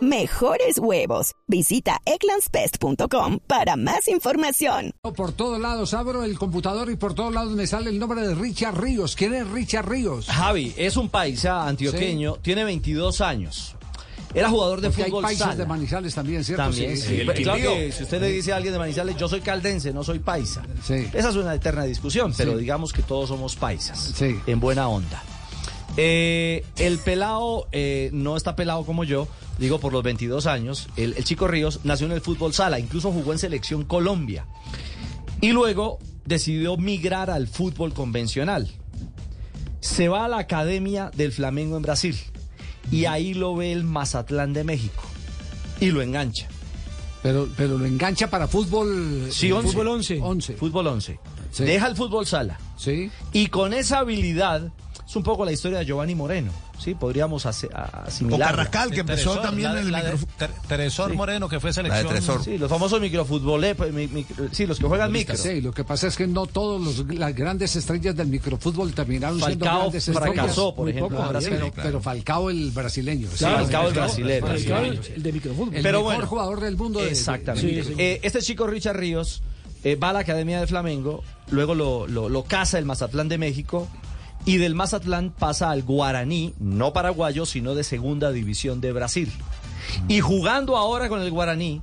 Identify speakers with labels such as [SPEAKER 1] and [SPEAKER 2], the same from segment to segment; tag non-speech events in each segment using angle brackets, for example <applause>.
[SPEAKER 1] Mejores huevos. Visita eclanspest.com para más información.
[SPEAKER 2] Por todos lados abro el computador y por todos lados me sale el nombre de Richard Ríos. ¿Quién es Richard Ríos?
[SPEAKER 3] Javi, es un paisa antioqueño, tiene 22 años. Era jugador de
[SPEAKER 2] Porque hay
[SPEAKER 3] fútbol
[SPEAKER 2] paisas
[SPEAKER 3] sala.
[SPEAKER 2] de Manizales también, ¿cierto?
[SPEAKER 3] También,
[SPEAKER 2] Sí,
[SPEAKER 3] sí.
[SPEAKER 2] sí.
[SPEAKER 3] Pero claro que si usted le dice a alguien de Manizales, yo soy caldense, no soy paisa.
[SPEAKER 2] Sí.
[SPEAKER 3] Esa es una eterna discusión, pero
[SPEAKER 2] Sí.
[SPEAKER 3] digamos que todos somos paisas.
[SPEAKER 2] Sí.
[SPEAKER 3] En buena onda. Eh, el pelado eh, no está pelado como yo, digo por los 22 años. El, el chico Ríos nació en el fútbol sala, incluso jugó en Selección Colombia. Y luego decidió migrar al fútbol convencional. Se va a la Academia del Flamengo en Brasil. Y ahí lo ve el Mazatlán de México. Y lo engancha.
[SPEAKER 2] Pero, pero lo engancha para fútbol.
[SPEAKER 3] Sí,
[SPEAKER 2] eh,
[SPEAKER 3] once.
[SPEAKER 2] Fútbol 11.
[SPEAKER 3] Fútbol 11.
[SPEAKER 2] Sí.
[SPEAKER 3] Deja el fútbol sala.
[SPEAKER 2] Sí.
[SPEAKER 3] Y con esa habilidad, es un poco la historia de Giovanni Moreno. Sí, podríamos hace- a- asimilar.
[SPEAKER 4] Carrascal, Ah, que empezó
[SPEAKER 5] Teresor,
[SPEAKER 4] también
[SPEAKER 5] la de-
[SPEAKER 4] en el
[SPEAKER 5] la de
[SPEAKER 4] micro-
[SPEAKER 5] Ter- Teresor Moreno, que fue
[SPEAKER 4] La de
[SPEAKER 5] selección.
[SPEAKER 4] Tresor.
[SPEAKER 3] Sí, los famosos microfutboleros. pues, mi- micro- sí, los que juegan micro.
[SPEAKER 2] Sí, lo que pasa es que no todas las grandes estrellas del microfútbol terminaron siendo
[SPEAKER 3] Falcao
[SPEAKER 2] grandes
[SPEAKER 3] fracasó,
[SPEAKER 2] estrellas.
[SPEAKER 3] por
[SPEAKER 2] Muy
[SPEAKER 3] ejemplo,
[SPEAKER 2] poco,
[SPEAKER 3] en Brasil.
[SPEAKER 2] pero,
[SPEAKER 3] Sí,
[SPEAKER 2] pero Falcao el brasileño. sí.
[SPEAKER 3] Claro, Falcao el brasileño.
[SPEAKER 6] el de microfútbol.
[SPEAKER 2] El
[SPEAKER 3] Pero
[SPEAKER 2] mejor
[SPEAKER 3] bueno.
[SPEAKER 2] jugador del mundo. de- de-
[SPEAKER 3] Exactamente.
[SPEAKER 6] Sí, sí.
[SPEAKER 3] Eh, este chico Richard Ríos eh, va a la Academia de Flamengo, luego lo, lo, lo caza el Mazatlán de México y del Mazatlán pasa al Guaraní, no paraguayo, sino de segunda división de Brasil. Y jugando ahora con el Guaraní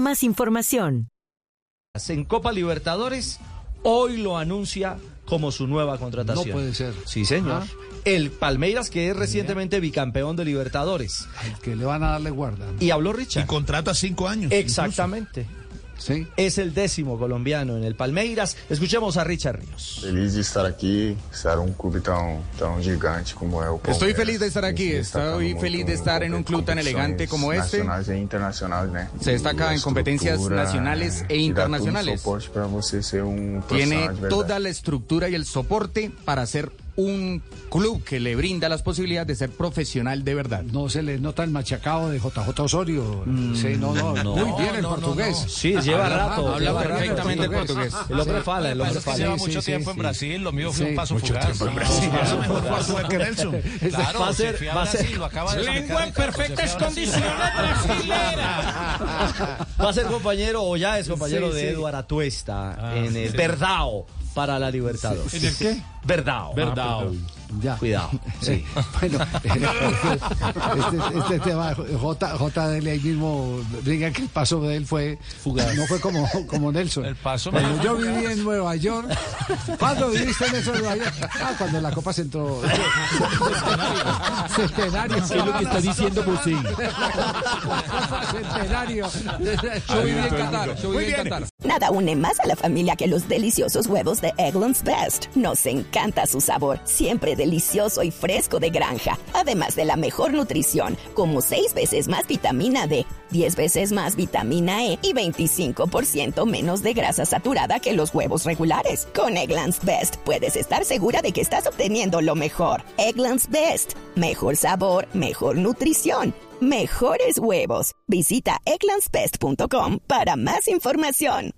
[SPEAKER 7] más información.
[SPEAKER 3] en Copa Libertadores, hoy lo anuncia como su nueva contratación.
[SPEAKER 2] No puede ser.
[SPEAKER 3] Sí, señor.
[SPEAKER 2] Ah.
[SPEAKER 3] El Palmeiras, que es recientemente bicampeón de Libertadores.
[SPEAKER 2] al Que le van a darle guarda.
[SPEAKER 3] Y habló
[SPEAKER 4] Y
[SPEAKER 3] Richard.
[SPEAKER 4] contrato a cinco años.
[SPEAKER 3] Exactamente.
[SPEAKER 2] Sí.
[SPEAKER 3] Es el décimo colombiano en el Palmeiras. Escuchemos a Richard Ríos.
[SPEAKER 8] Feliz de estar aqui, estar um clube tão, tão gigante como é o Palmeiras.
[SPEAKER 9] Estoy feliz de estar aquí,
[SPEAKER 8] Enfim,
[SPEAKER 9] estoy
[SPEAKER 8] destacando muito
[SPEAKER 9] feliz de estar en un club tan elegante
[SPEAKER 8] competições
[SPEAKER 9] como este.
[SPEAKER 8] Nacionais e internacionais, né?
[SPEAKER 9] Se destaca
[SPEAKER 8] E a
[SPEAKER 9] en competencias
[SPEAKER 8] estrutura,
[SPEAKER 9] nacionales
[SPEAKER 8] eh, te dá
[SPEAKER 9] e
[SPEAKER 8] todo o
[SPEAKER 9] internacionales.
[SPEAKER 8] soporte para você ser um
[SPEAKER 9] Tiene
[SPEAKER 8] profissional de verdade.
[SPEAKER 9] toda la estructura y el soporte para ser un club que le brinda las posibilidades de ser profesional de verdad.
[SPEAKER 2] No se le nota el machacado de JJ Osorio. sí, no, no,
[SPEAKER 3] no.
[SPEAKER 2] Muy bien el
[SPEAKER 5] No, no,
[SPEAKER 2] portugués.
[SPEAKER 5] no.
[SPEAKER 3] Sí, lleva rato.
[SPEAKER 9] habla
[SPEAKER 3] lleva rato
[SPEAKER 9] perfectamente
[SPEAKER 3] el
[SPEAKER 9] portugués.
[SPEAKER 3] El hombre fala, el hombre
[SPEAKER 5] Pero es que lleva
[SPEAKER 3] fala.
[SPEAKER 2] Sí,
[SPEAKER 5] mucho
[SPEAKER 2] sí,
[SPEAKER 5] tiempo
[SPEAKER 2] sí,
[SPEAKER 5] en
[SPEAKER 2] sí.
[SPEAKER 5] Brasil, lo mío fue
[SPEAKER 2] Sí,
[SPEAKER 5] un paso
[SPEAKER 2] mucho
[SPEAKER 5] fugaz.
[SPEAKER 4] Eso mejor fue a
[SPEAKER 5] <laughs>
[SPEAKER 4] jugar que Nelson.
[SPEAKER 5] Claro,
[SPEAKER 3] Va a ser-
[SPEAKER 5] se fue a
[SPEAKER 3] va a ser-
[SPEAKER 5] Brasil, lo acaba de
[SPEAKER 10] Lengua en
[SPEAKER 5] sacar Ricardo, se
[SPEAKER 10] perfectas
[SPEAKER 5] fue a Brasil.
[SPEAKER 10] condiciones brasilera.
[SPEAKER 3] Va a ser compañero o ya es compañero
[SPEAKER 2] Sí,
[SPEAKER 3] de
[SPEAKER 2] sí.
[SPEAKER 3] Eduardo Atuesta en el Verdao para la Libertadores.
[SPEAKER 10] ¿En el qué?
[SPEAKER 3] Verdao. Ah,
[SPEAKER 10] Verdao.
[SPEAKER 2] <laughs> Ya.
[SPEAKER 3] Cuidado. Sí.
[SPEAKER 2] <laughs> Bueno, eh, este, este tema, J, JDL ahí mismo, diga que el paso de él fue fugaz. No fue como, como Nelson.
[SPEAKER 5] El paso me
[SPEAKER 2] cuando
[SPEAKER 5] fue
[SPEAKER 2] yo viví en Nueva York, ¿cuándo viviste en eso en Nueva York? Ah, cuando la copa se entró. Centenario.
[SPEAKER 10] ¿Qué es lo que está diciendo
[SPEAKER 9] <laughs>
[SPEAKER 10] Bosín?
[SPEAKER 2] Centenario.
[SPEAKER 9] Yo viví en Qatar, yo viví en Qatar.
[SPEAKER 1] Nada une más a la familia que los deliciosos huevos de Eggland's Best. Nos encanta su sabor, siempre delicioso y fresco de granja. Además de la mejor nutrición, como 6 veces más vitamina D, 10 veces más vitamina E y 25% menos de grasa saturada que los huevos regulares. Con Eggland's Best puedes estar segura de que estás obteniendo lo mejor. Eggland's Best. Mejor sabor, mejor nutrición. Mejores huevos. Visita egglandsbest.com para más información.